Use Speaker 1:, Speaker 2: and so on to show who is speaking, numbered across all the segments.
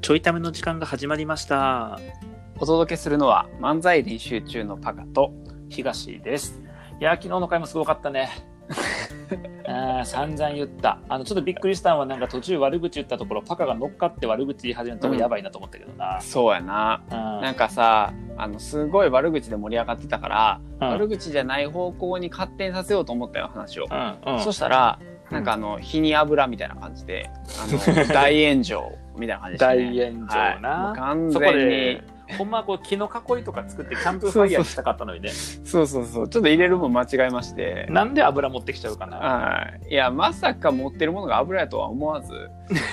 Speaker 1: ちょいための時間が始まりました。
Speaker 2: お届けするのは漫才練習中のパカと東です。いやー、昨日の回もすごかっ たね。あー散々言った。あの、ちょっとびっくりしたのは、なんか途中悪口言ったところ、パカが乗っかって悪口言い始めたとこうん
Speaker 1: やばいなと思ったけどな。
Speaker 2: そうやな。
Speaker 1: うん
Speaker 2: なんかさ、あの、すごい悪口で盛り上がってたから、
Speaker 1: うん
Speaker 2: 悪口じゃない方向に勝手にさせようと思ったよ、話を。
Speaker 1: うん、うん。
Speaker 2: そしたら、なんかあの、火に油みたいな感じで、あの、大炎上みたいな感じでしたね。
Speaker 1: 大炎上な
Speaker 2: はいもう完
Speaker 1: そこ
Speaker 2: 全
Speaker 1: で
Speaker 2: に。、
Speaker 1: ほんまはこう木の囲いとか作ってキャンプファイヤーしたかったのにね。
Speaker 2: そうそうそう。ちょっと入れる分間違えまして。
Speaker 1: なんで油持ってきちゃうかな。
Speaker 2: はい。いや、まさか持ってるものが油やとは思わず。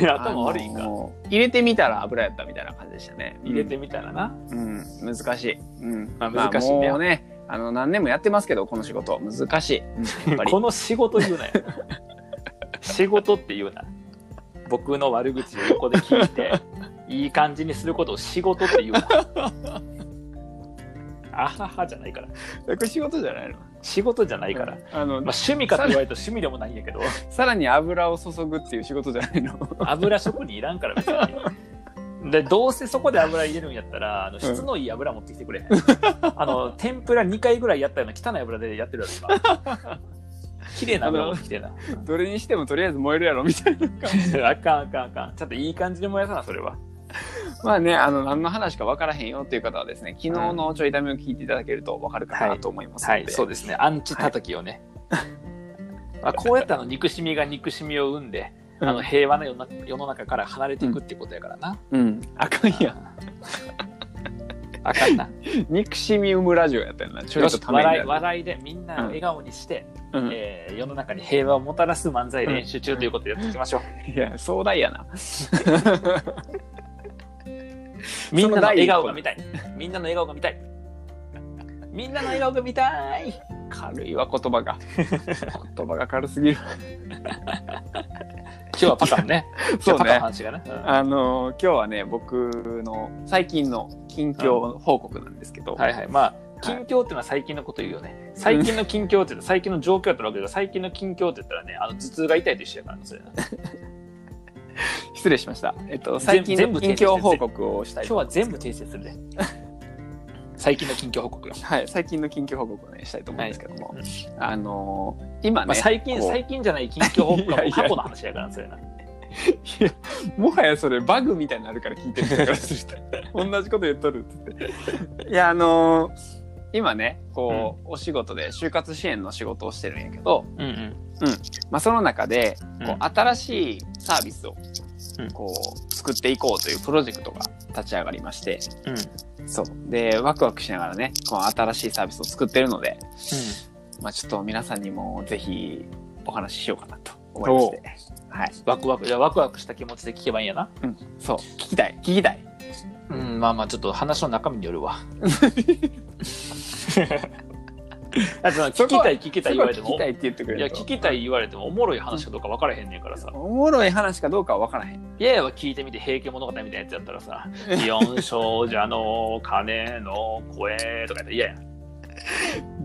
Speaker 1: 頭悪いん
Speaker 2: あ
Speaker 1: か。
Speaker 2: の入れてみたら油やったみたいな感じでしたね。
Speaker 1: 入れてみたらな。
Speaker 2: うん、うん難しい。うん、
Speaker 1: まあ難しいね
Speaker 2: もうね、あの何年もやってますけど、この仕事難しい。うんやっぱり
Speaker 1: この仕事言う なよ。仕事って言うな。僕の悪口を横で聞い て、いい感じにすることを仕事って言うな。あははじゃないから。
Speaker 2: これ仕事じゃないの。
Speaker 1: 仕事じゃないから。まあ、
Speaker 2: あの、
Speaker 1: 趣味かと言われたら趣味でもないんやけど、
Speaker 2: さらに油を注ぐっていう仕事じゃ ないの。
Speaker 1: 油職にいらんから別に。でどうせそこで油入れるんやったらあの質のいい油持ってきてくれへん、あの天ぷら2回ぐらいやったような汚い油でやってるやろ 今綺麗な油持ってきてな
Speaker 2: どれにしてもとりあえず燃えるやろみたいな。
Speaker 1: あかんあかんあかん。ちょっといい感じで燃やさな、それは。
Speaker 2: まあね、あの何の話か分からへんよっていう方はですね、昨日のちょい痛みを聞いていただけると分かるかなと思いますので。
Speaker 1: はい、そうですね。アンチ叩きをね。まあ、こうやってあの憎しみが憎しみを生んで、
Speaker 2: うん
Speaker 1: あの平和な世の中世の中から離れていくってことやからな。
Speaker 2: うん、あかんやん。
Speaker 1: あかん な。
Speaker 2: 憎しみ生むラジオやったよな。ちょ
Speaker 1: よ
Speaker 2: いと
Speaker 1: した
Speaker 2: めにな
Speaker 1: 笑い
Speaker 2: る。
Speaker 1: 笑いでみんなを笑顔にして、
Speaker 2: うん
Speaker 1: えー世の中に平和をもたらす漫才練習中ということでやっていきましょう。
Speaker 2: いや、壮大やな。
Speaker 1: みんなの笑顔が見たい。みんなの笑顔が見たい。みんなの笑顔が見たい。
Speaker 2: 軽いわ言 葉が言葉が軽すぎる
Speaker 1: 今日はパターンね。
Speaker 2: そ
Speaker 1: 今日は
Speaker 2: う
Speaker 1: パターンの
Speaker 2: ね
Speaker 1: 話がね。うん
Speaker 2: あのー今日はね僕の最近の近況報告なんですけど、
Speaker 1: はいはい。まあ、近況ってのは最近のこと言うよね。最近の近況って言ったら最近の状況だったらわけだけど、最近の近況って言ったらね、あの頭痛が痛いと一緒やからねそれな
Speaker 2: 失礼しました、えっと、
Speaker 1: 全
Speaker 2: 最近
Speaker 1: 全
Speaker 2: の
Speaker 1: 部
Speaker 2: 近況報告をし た
Speaker 1: 今
Speaker 2: い
Speaker 1: 日
Speaker 2: と
Speaker 1: は全部訂正するで。 最近の近況報告よ。
Speaker 2: はい、最近の近況報告をねしたいと思うんですけども、
Speaker 1: はい
Speaker 2: あのー今ね、
Speaker 1: まあ、最近、
Speaker 2: こう
Speaker 1: 最近じゃ ない近況報告はもう
Speaker 2: いやいや
Speaker 1: 過去の話やからねそれな。
Speaker 2: いや もはやそれバグみたいになるから聞いてる人からすると同じこと言っとるっつっていやあのー今ねこう、お仕事で就活支援の仕事をしてるんやけど、
Speaker 1: うんうん。
Speaker 2: まあ、その中でこう
Speaker 1: うん
Speaker 2: 新しいサービスを
Speaker 1: うん
Speaker 2: こう作っていこうというプロジェクトが立ち上がりまして
Speaker 1: うん。
Speaker 2: そうでワクワクしながらねこう新しいサービスを作ってるので、まあ、ちょっと皆さんにもぜひお話ししようかなと思いましてはい
Speaker 1: ワクワク、じゃあワクワクした気持ちで聞けばいいんやな。
Speaker 2: そう聞きたい聞きたい
Speaker 1: うん、まあまあ、ちょっと話の中身による わ。だってその聞きたい聞きたい言われて
Speaker 2: すごい聞
Speaker 1: も
Speaker 2: きたいって言ってく
Speaker 1: いや
Speaker 2: れる
Speaker 1: 聞
Speaker 2: と
Speaker 1: きたい言われてもおもろい話かどうか分からへんねんからさ
Speaker 2: おもろい話かどうかは分からへん
Speaker 1: いやいや聞いてみて平家物語みたいなやつやったら さ「四少女の鐘の声」とか言ったら「い やいや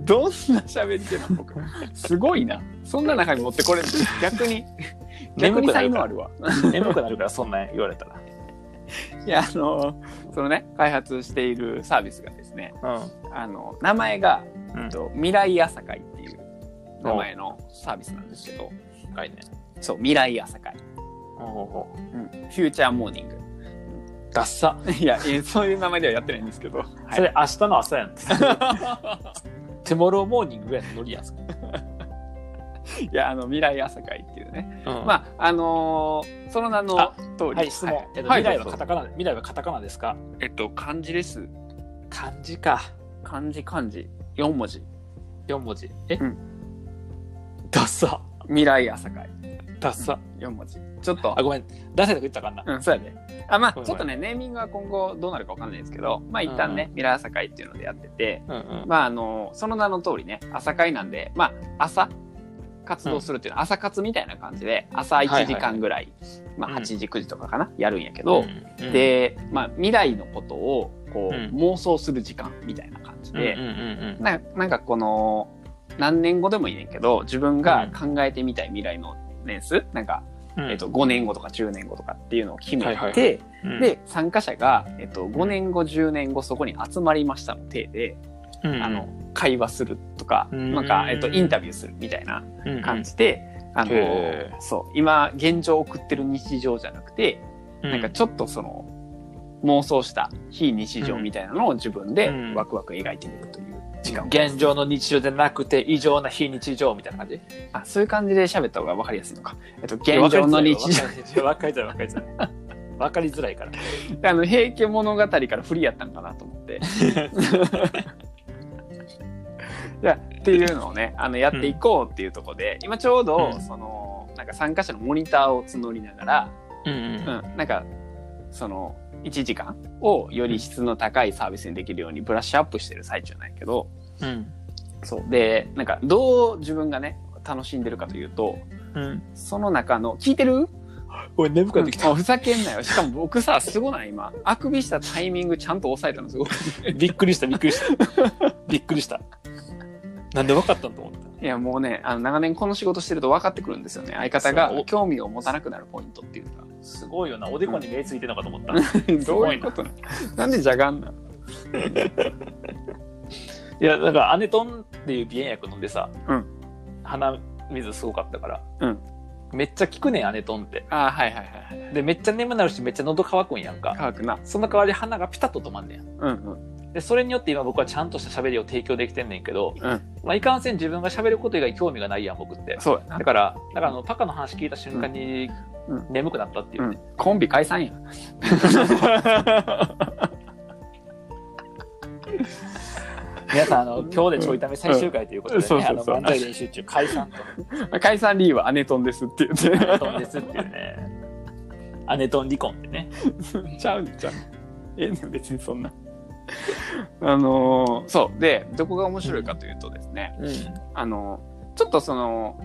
Speaker 2: どんな喋り手なの僕すごいなそんな中に持ってこれる逆に逆に才能あるわ
Speaker 1: 眠くなるから そんなん言われたら」
Speaker 2: いやあのそのね開発しているサービスがですね
Speaker 1: う
Speaker 2: あの名前が、
Speaker 1: うん
Speaker 2: えっと未来朝会っていう名前のサービスなんですけど
Speaker 1: ん深いね
Speaker 2: そう未来朝会、うん、フューチャーモーニング
Speaker 1: ダッサ
Speaker 2: いやいやそういう名前ではやってないんです けど、はい
Speaker 1: それ明日の朝やん テモローモーニングぐらいのノリやん、
Speaker 2: いやあの未来朝会っていうね、
Speaker 1: うん
Speaker 2: まああのーその名の
Speaker 1: あ
Speaker 2: 通り
Speaker 1: はい質問、えっと
Speaker 2: はい
Speaker 1: 未来は
Speaker 2: どうぞ
Speaker 1: カタカナ未来はカタカナですか
Speaker 2: えっと漢字です
Speaker 1: 漢字か
Speaker 2: 漢字漢字4文字
Speaker 1: 4文字え、
Speaker 2: うん
Speaker 1: ダッサ
Speaker 2: 未来朝会
Speaker 1: ダッサ
Speaker 2: 4文字ちょっと
Speaker 1: あごめんダサいとこ言ったらあかんな
Speaker 2: うん、そうやね。あ、ま
Speaker 1: ごめんごめん
Speaker 2: あ、ちょっとね、ネーミングは今後どうなるかわかんないですけど、まあ、一旦
Speaker 1: う
Speaker 2: ね、未来朝会っていうのでやってて、
Speaker 1: うんうん
Speaker 2: まああのその名の通りね朝会なんで、まあ、朝活動するっていうのは、朝活みたいな感じで朝
Speaker 1: いはいはい
Speaker 2: 1時間ぐらい、
Speaker 1: うん
Speaker 2: まあ、8時9時とかかな、やるんやけど、
Speaker 1: うんうん
Speaker 2: で、まあ、未来のことをこう、
Speaker 1: うん
Speaker 2: 妄想する時間みたいな感じで、
Speaker 1: うんうんうん
Speaker 2: ななんかこの何年後でもいいねんけど自分が考えてみたい未来の年数なんか
Speaker 1: うん
Speaker 2: えっと、5年後とか10年後とかっていうのを決めて、
Speaker 1: はいはいはうん、
Speaker 2: で参加者が、えっと、5年後10年後そこに集まりましたの体で、
Speaker 1: うん
Speaker 2: あの会話するとか,、
Speaker 1: うん
Speaker 2: なんかえっと、インタビューするみたいな
Speaker 1: うん
Speaker 2: 感じで、あ
Speaker 1: へ
Speaker 2: のそう今現状送ってる日常じゃなくて、
Speaker 1: うん
Speaker 2: なんかちょっとその妄想した非日常みたいなのを自分で
Speaker 1: うん
Speaker 2: ワクワク描いてみるという時間、
Speaker 1: 現状の日常じゃなくて異常な非日常みたいな感じ
Speaker 2: あそういう感じで喋った方が分かりやすいのか、えっと、現状の日常
Speaker 1: 常分かりづらい分かりづらい分かりづらいから
Speaker 2: あの平家物語から振りやったのかなと思って。じゃあっていうのをねあのやっていこうっていうところで、今ちょうど、
Speaker 1: うん
Speaker 2: そのなんか参加者のモニターを募りながら、
Speaker 1: うん
Speaker 2: うん、なんかその1時間をより質の高いサービスにできるようにブラッシュアップしてる最中なんやけど
Speaker 1: うん
Speaker 2: そうでなんかどう自分がね楽しんでるかというと
Speaker 1: うん
Speaker 2: その中の聞いてる
Speaker 1: 俺眠くなってきた、
Speaker 2: うんふざけんなよしかも僕さすごない今あくびしたタイミングちゃんと押さえたのすごい
Speaker 1: びっくりしたびっくりした びっくりしたなんで分かったんと思った
Speaker 2: いやもうねあの長年この仕事してると分かってくるんですよね相方
Speaker 1: そ
Speaker 2: が
Speaker 1: う
Speaker 2: 興味を持たなくなるポイントっていうか
Speaker 1: すごいよなおでこに目ついてるのかと思った、す
Speaker 2: ど
Speaker 1: ご
Speaker 2: う
Speaker 1: い
Speaker 2: いう
Speaker 1: な
Speaker 2: ことなのなんでじゃがんなの
Speaker 1: いやだからアネトンっていう鼻炎薬飲んでさ、
Speaker 2: うん
Speaker 1: 鼻水すごかったから、
Speaker 2: うん
Speaker 1: めっちゃ効くねんアネトンって
Speaker 2: あーはいはいはいはい
Speaker 1: でめっちゃ眠なるしめっちゃ喉乾くんやんか
Speaker 2: 乾くな
Speaker 1: その代わり鼻がピタッと止まんねん
Speaker 2: うんうん
Speaker 1: でそれによって今僕はちゃんとした喋りを提供できてんねんけど、
Speaker 2: うん
Speaker 1: まあ、いかんせん自分が喋ること以外興味がないやん僕って
Speaker 2: そうやな
Speaker 1: だからだからあのパカの話聞いた瞬間に
Speaker 2: うんう
Speaker 1: 眠くなったっていうう、
Speaker 2: ん、コンビ解 散や
Speaker 1: 皆さんあの今日でちょいため最終回ということで、ね
Speaker 2: うんうんそうそうそう
Speaker 1: あの漫才練習中解散と
Speaker 2: 解散理由はアネトンですって言
Speaker 1: アネ
Speaker 2: っ
Speaker 1: トンですっていうね。アネトン離婚ってね。
Speaker 2: てちゃうんちゃうええねん別にそんなあのーそうでどこが面白いかというとですね、
Speaker 1: う
Speaker 2: あのちょっとその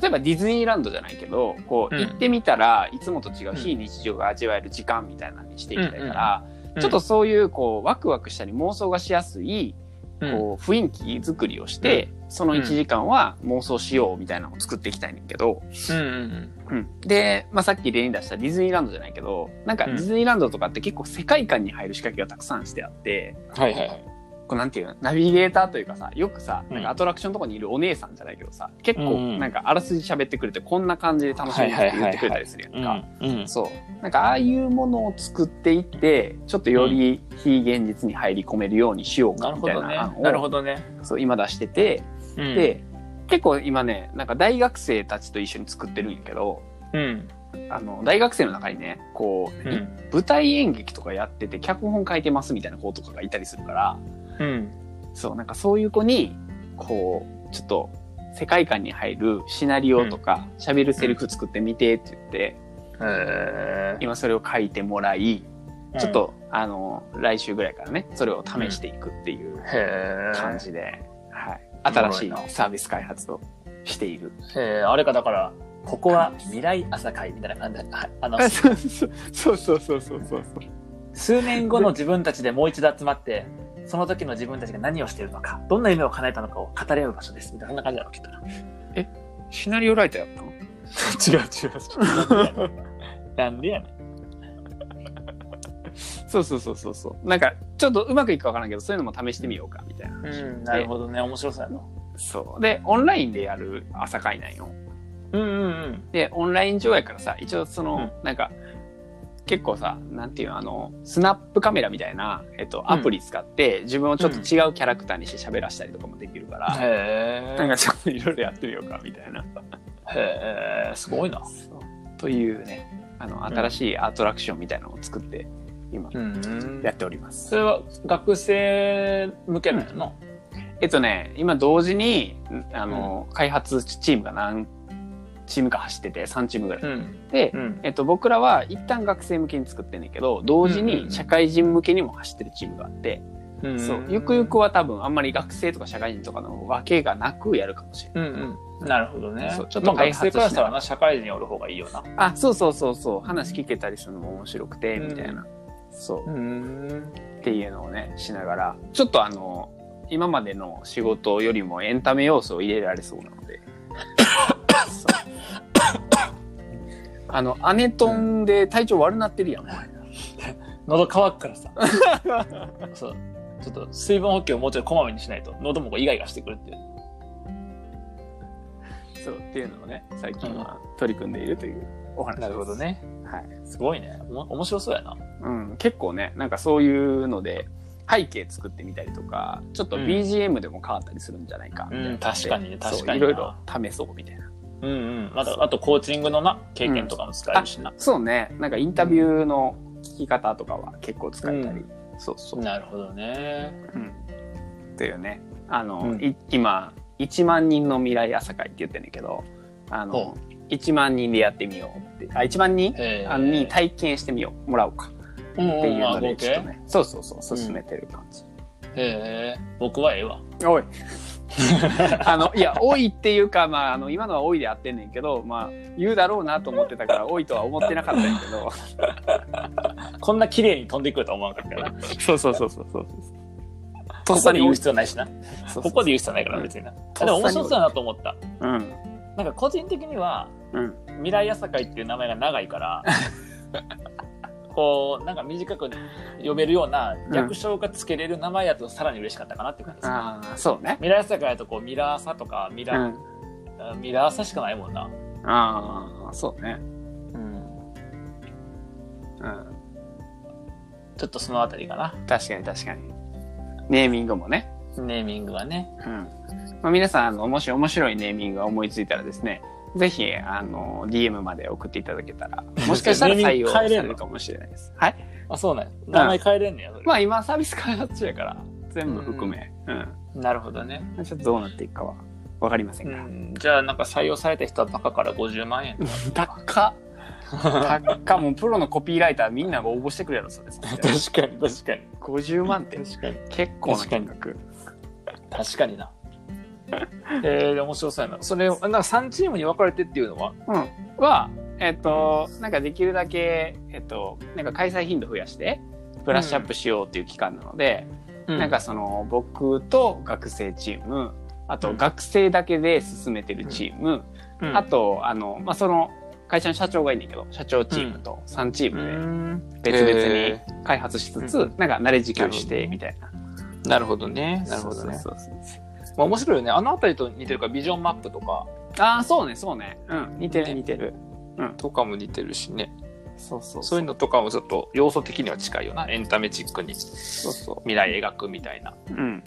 Speaker 2: 例えばディズニーランドじゃないけどこう
Speaker 1: うん
Speaker 2: 行ってみたら、いつもと違う非日常が味わえる時間みたいなのにしていきたいから、ちょっと、そういうこうワクワクしたり妄想がしやすいこう雰囲気作りをして、その1時間は妄想しようみたいなのを作っていきたいねんだけど、
Speaker 1: うん、うん、
Speaker 2: うんで、まあ、さっき例に出したディズニーランドじゃないけどなんか
Speaker 1: う
Speaker 2: デ
Speaker 1: ん
Speaker 2: ィズニーランドとかって結構世界観に入る仕掛けがたくさんしてあって。
Speaker 1: はいはいはい。
Speaker 2: こうなんていうのナビゲーターというかさよくさ
Speaker 1: うん
Speaker 2: なんかアトラクションのとこにいるお姉さんじゃないけどさ結構
Speaker 1: うんうん
Speaker 2: なんかあらすじ喋ってくれてこんな感じで楽しみですって言ってくれたりするやんか。
Speaker 1: うん、
Speaker 2: そうなんかああいうものを作っていってちょっとより非現実に入り込めるようにしよう
Speaker 1: な
Speaker 2: か
Speaker 1: る
Speaker 2: み
Speaker 1: ほ
Speaker 2: たい
Speaker 1: ど
Speaker 2: な
Speaker 1: ね
Speaker 2: 案。を
Speaker 1: なるほどね。
Speaker 2: そう今出してて、
Speaker 1: うん、
Speaker 2: で結構今ねなんか大学生たちと一緒に作ってるんやけど
Speaker 1: うん、
Speaker 2: あの大学生の中にねこう、
Speaker 1: うん、
Speaker 2: 舞台演劇とかやってて脚本書いてますみたいな子とかがいたりするから。
Speaker 1: うん、
Speaker 2: そう、なんかそういう子に、こう、ちょっと世界観に入るシナリオとか、喋、るセリフ作ってみてって言って、
Speaker 1: え
Speaker 2: 今それを書いてもらい、ちょっ、と、あの、来週ぐらいからね、それを試していくっていう
Speaker 1: へえ、
Speaker 2: 感じで、はい。
Speaker 1: おもろいな
Speaker 2: 新しいサービス開発をしている。
Speaker 1: えー、あれかだから、ここは未来朝会みたいな感じで、 ああの、
Speaker 2: そう そうそうそうそうそう。
Speaker 1: 数年後の自分たちでもう一度集まって、その時の自分たちが何をしているのか、どんな夢を叶えたのかを語り合う場所です。みたいな、そんな感じだろう、きっとな。
Speaker 2: シナリオライターやったの
Speaker 1: 違う違う違う。なんでやねん。
Speaker 2: そうそうそうそうそう。なんか、ちょっとうまくいくかわからんけど、そういうのも試してみようか、みたいな。
Speaker 1: うん、なるほどね。面白そうやな。
Speaker 2: そう。で、オンラインでやる朝会なんよ。
Speaker 1: うんうん
Speaker 2: でオンライン上やからさ一応その、なんか結構さなんていうのあのスナップカメラみたいな、えっと、アプリ使って、自分をちょっと違うキャラクターにして喋らしたりとかもできるから、
Speaker 1: へ
Speaker 2: なんかちょっといろいろやってみようかみたいな。
Speaker 1: え。へえ、すごいな。
Speaker 2: というねあの新しいアトラクションみたいなのを作って今
Speaker 1: うん
Speaker 2: やっております。
Speaker 1: それは学生向けなんやな。
Speaker 2: えっとね今同時にあの、開発チームが何チームか走ってて3チームぐらい。
Speaker 1: うん。
Speaker 2: で、
Speaker 1: うん。
Speaker 2: えっと、僕らは一旦学生向けに作ってんねんけど同時
Speaker 1: うんうんう
Speaker 2: に
Speaker 1: ん
Speaker 2: 社会人向けにも走ってるチームがあって、
Speaker 1: うん
Speaker 2: そうゆくゆくは多分あんまり学生とか社会人とかの分けがなくやるかもしれない。
Speaker 1: うんうん。なるほどね。
Speaker 2: そう
Speaker 1: ち
Speaker 2: ち
Speaker 1: ょ
Speaker 2: ょ
Speaker 1: っ
Speaker 2: っ
Speaker 1: と
Speaker 2: と
Speaker 1: 学
Speaker 2: 開
Speaker 1: 生
Speaker 2: 発
Speaker 1: からしたらな、社会人におる方がいいよな。
Speaker 2: あそうそうそうそう話聞けたりするのも面白くて、みたいなそう
Speaker 1: うん。
Speaker 2: っていうのをねしながらちょっとあの今までの仕事よりもエンタ メ要素を入れられそうなのでそうあの、アネトンで体調悪なってるやん。
Speaker 1: 喉乾くからさ そうちょっと水分補給をもうちょいこまめにしないと喉もこうイガイガしてくるっていう
Speaker 2: そう、っていうのをね、最近は取り組んでいるというお話です。
Speaker 1: ね
Speaker 2: はい。
Speaker 1: すごいねおも面白そうやな
Speaker 2: うん、結構ね、なんかそういうので、背景作ってみたりとか、ちょっと
Speaker 1: うん
Speaker 2: BGM でも変わったりするんじゃないかみたいなので、
Speaker 1: うん確かにね
Speaker 2: そう
Speaker 1: 確かに
Speaker 2: い
Speaker 1: な
Speaker 2: ろいろ試そうみたいな。
Speaker 1: うんうんまだあとコーチングのな経験とかも使えるしな、
Speaker 2: そうね、なんかインタビューの聞き方とかは結構使えたり、
Speaker 1: う
Speaker 2: そうそう。
Speaker 1: なるほどね
Speaker 2: うんっていうねあの、
Speaker 1: うん
Speaker 2: い今1万人の未来朝会って言ってんだけどあの
Speaker 1: ほ
Speaker 2: 1万人でやってみようってあ1万人
Speaker 1: へえ
Speaker 2: あに体験してみようもらおうか
Speaker 1: うん
Speaker 2: って
Speaker 1: う
Speaker 2: いうん
Speaker 1: あ
Speaker 2: ので
Speaker 1: 合
Speaker 2: ちょっ
Speaker 1: 計
Speaker 2: とねそうそうそう進めてる感じ、
Speaker 1: へえ僕はええわ
Speaker 2: お いあのいや多いっていうか、まあ、あの今のは多いでやってんねんけど、まあ、言うだろうなと思ってたから多いとは思ってなかったんやけど
Speaker 1: こんな綺麗に飛んでくるとは思わなかったからな
Speaker 2: そうそうそうそうそう
Speaker 1: こ
Speaker 2: とっ
Speaker 1: こ
Speaker 2: さ
Speaker 1: で
Speaker 2: に
Speaker 1: 言
Speaker 2: 言
Speaker 1: う
Speaker 2: う
Speaker 1: 必要ないしな
Speaker 2: そう
Speaker 1: ここで言う必要ないから別にな
Speaker 2: う
Speaker 1: でも面白そうだなと思った
Speaker 2: うん
Speaker 1: なんか個人的には
Speaker 2: うん
Speaker 1: 未来朝会っていう名前が長いから こうなんか短く呼べるような略称がつけれる名前やとさらに嬉しかったかなっていう感じです、
Speaker 2: ああそうね
Speaker 1: 未来朝会だとこうミラーサとかミ
Speaker 2: う
Speaker 1: ラ,、
Speaker 2: ん
Speaker 1: ミラーサしかないもんな、
Speaker 2: ああそうねうん、
Speaker 1: ちょっとそのあたりかな
Speaker 2: 確かに確かに。ネーミングもね。
Speaker 1: ネーミングはね
Speaker 2: うん。まあ、皆さん、あの、もし面白いネーミングが思いついたらですね、ぜひ、あの、DM まで送っていただけたら、もしか したら採用されるかもしれないです。はい。
Speaker 1: あそうなんや名前変えれんねや、それ
Speaker 2: まあ、今、サービス開発中やから、全部含め、うん。
Speaker 1: なるほどね、
Speaker 2: ちょっとどうなっていくかは、わかりません
Speaker 1: う
Speaker 2: が。
Speaker 1: ん、じゃあなんか採用された人はバカから50万円
Speaker 2: 高っ。高っ。もう、プロのコピーライターみんなが応募してくれる そうです。
Speaker 1: かに確かに
Speaker 2: 50万って、
Speaker 1: 確かに
Speaker 2: 結構な金額。
Speaker 1: 確かになえー、面白そうやなそれなんか3チームに分かれてっていうのは
Speaker 2: うん、は、えっと、なんかできるだけ、えっと、なんか開催頻度増やして、ブラッシュアップしようっていう期間なので、なんかその、僕と学生チーム、あ
Speaker 1: う
Speaker 2: と
Speaker 1: ん
Speaker 2: 学生だけで進めてるチーム、
Speaker 1: うん
Speaker 2: あと、あの、まあ、その、会社の社長がいいんだけど、社長チームと3チームで別々
Speaker 1: に
Speaker 2: に開発しつつ、
Speaker 1: う
Speaker 2: なんか慣れ時給して、みたいな。
Speaker 1: なるほどねなるほどね
Speaker 2: そうそうそうそう
Speaker 1: まあ、面白いよねあの辺りと似てるからビジョンマップとか
Speaker 2: ああ、そうね、そうね。うん、似てる
Speaker 1: ね
Speaker 2: 似てる。
Speaker 1: とかも似てるしね
Speaker 2: そうそう
Speaker 1: そういうのとかもちょっと要素的には近いよなエンタメチックに
Speaker 2: そうそう。
Speaker 1: 未来描くみたいな
Speaker 2: うん、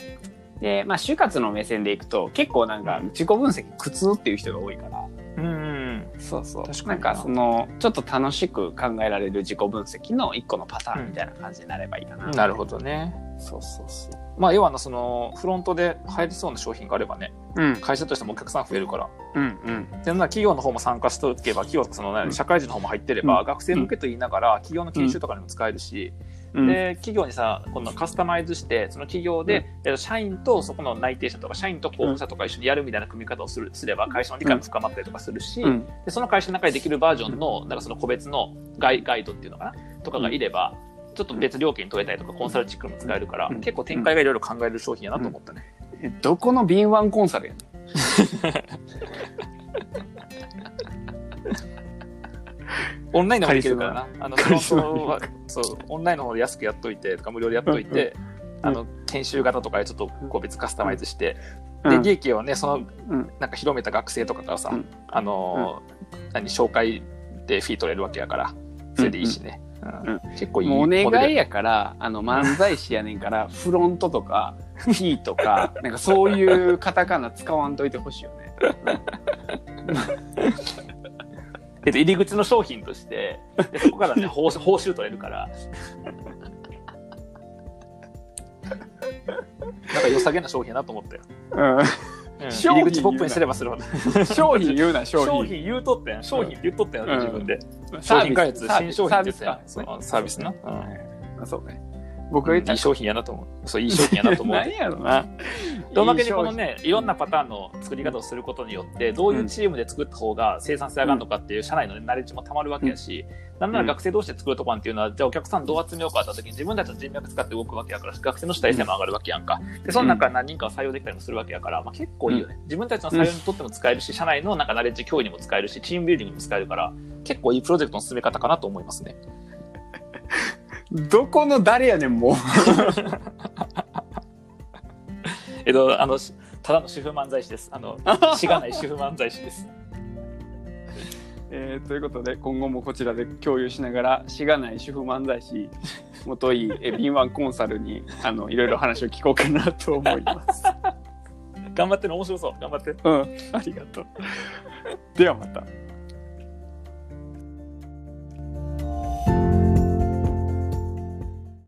Speaker 2: で、まあ、就活の目線でいくと結構なんか自己分析苦痛っていう人が多いから
Speaker 1: うん
Speaker 2: そうそう
Speaker 1: 確か
Speaker 2: な
Speaker 1: に
Speaker 2: ん
Speaker 1: な
Speaker 2: かそのちょっと楽しく考えられる自己分析の一個のパターンみたいな感じになればいいかな、
Speaker 1: なるほどね
Speaker 2: そうそうそう
Speaker 1: まあ要はなそのフロントで入りそうな商品があればね
Speaker 2: うん
Speaker 1: 会社としてもお客さん増えるから
Speaker 2: うんうん
Speaker 1: でまあ企業の方も参加しておけば企業その、
Speaker 2: うん
Speaker 1: 社会人の方も入ってれば、
Speaker 2: うん
Speaker 1: 学生向けと言いながら企業の研修とかにも使えるし、
Speaker 2: うん
Speaker 1: で企業にさ今度はカスタマイズしてその企業で、えっと社員とそこの内定者とか社員と候補者とか一緒にやるみたいな組み方をするすれば会社の理解も深まったりとかするし、
Speaker 2: うん
Speaker 1: でその会社の中でできるバージョンのなんかその個別のガイガイドっていうのかなとかがいれば。ちょっと別料金取れたりとかコンサルチックも使えるから、
Speaker 2: うん
Speaker 1: 結構展開がいろいろ考える商品やなと思ったね。
Speaker 2: えどこの敏腕コンサルやね
Speaker 1: オンラインの方がいけるからな。あの、
Speaker 2: カリスマ
Speaker 1: そのそう、オンラインの方で安くやっといてとか、無料でやっといて、
Speaker 2: うん
Speaker 1: あの、研修型とかでちょっと個別カスタマイズして、
Speaker 2: ん
Speaker 1: で、
Speaker 2: うん
Speaker 1: 利益をね、その、
Speaker 2: うん
Speaker 1: なんか広めた学生とかからさ、
Speaker 2: うん
Speaker 1: あのー、何、紹介でフィー取れるわけやから、それでいいしね。うん
Speaker 2: うん
Speaker 1: 結構いい
Speaker 2: もうお
Speaker 1: モデ
Speaker 2: 願
Speaker 1: ル
Speaker 2: い
Speaker 1: や
Speaker 2: やからあの漫才師やねんから フロントとかフィーと かなんかそういうカタカナ使わんといてほしいよね
Speaker 1: えっと入り口の商品として、でそこからね、報酬報酬取れる から。なんか良さげな商品やなと思ったよ。
Speaker 2: うん
Speaker 1: うん
Speaker 2: 商
Speaker 1: 入
Speaker 2: 品
Speaker 1: り口ポップにすればするほど。
Speaker 2: 商品言うな商
Speaker 1: 商
Speaker 2: 品
Speaker 1: 品言うとったやん商品って言っとったやん、
Speaker 2: うん
Speaker 1: 自分で
Speaker 2: サ
Speaker 1: 商
Speaker 2: ー
Speaker 1: 品
Speaker 2: ビス
Speaker 1: 開発
Speaker 2: サービ
Speaker 1: 新
Speaker 2: ス
Speaker 1: 商品って言ったやん
Speaker 2: サービス
Speaker 1: そうサービスな、うん
Speaker 2: あそうね。僕が言った
Speaker 1: いい商品やなと思うそういい商品やなと思う
Speaker 2: 何やろな。
Speaker 1: とおまけにこのねいろんなパターンの作り方をすることによってどういうチームで作った方が生産性上がるのかっていう社内のねナレッジもたまるわけやし、なんなら学生同士で作るとかっていうのは、じゃあお客さんどう集めようかってなった時に自分たちの人脈使って動くわけやから、学生の主体性も上がるわけやんか。で、その中何人かは採用できたりもするわけやから、まあ結構いいよね。自分たちの採用にとっても使えるし、社内のなんかナレッジ共有にも使えるし、チームビルディングにも使えるから、結構いいプロジェクトの進め方かなと思いますね。
Speaker 2: どこの誰やねん、もう。
Speaker 1: えっと、あの、しただの主婦漫才師です。あの、しがない主婦漫才師です。
Speaker 2: えーということで、今後もこちらで共有しながら、しがない主婦漫才師、元いえ敏腕コンサルに、あの、いろいろ話を聞こうかなと思います。
Speaker 1: 頑張ってる面白そう。頑張って。
Speaker 2: うん、ありがとう。ではまた。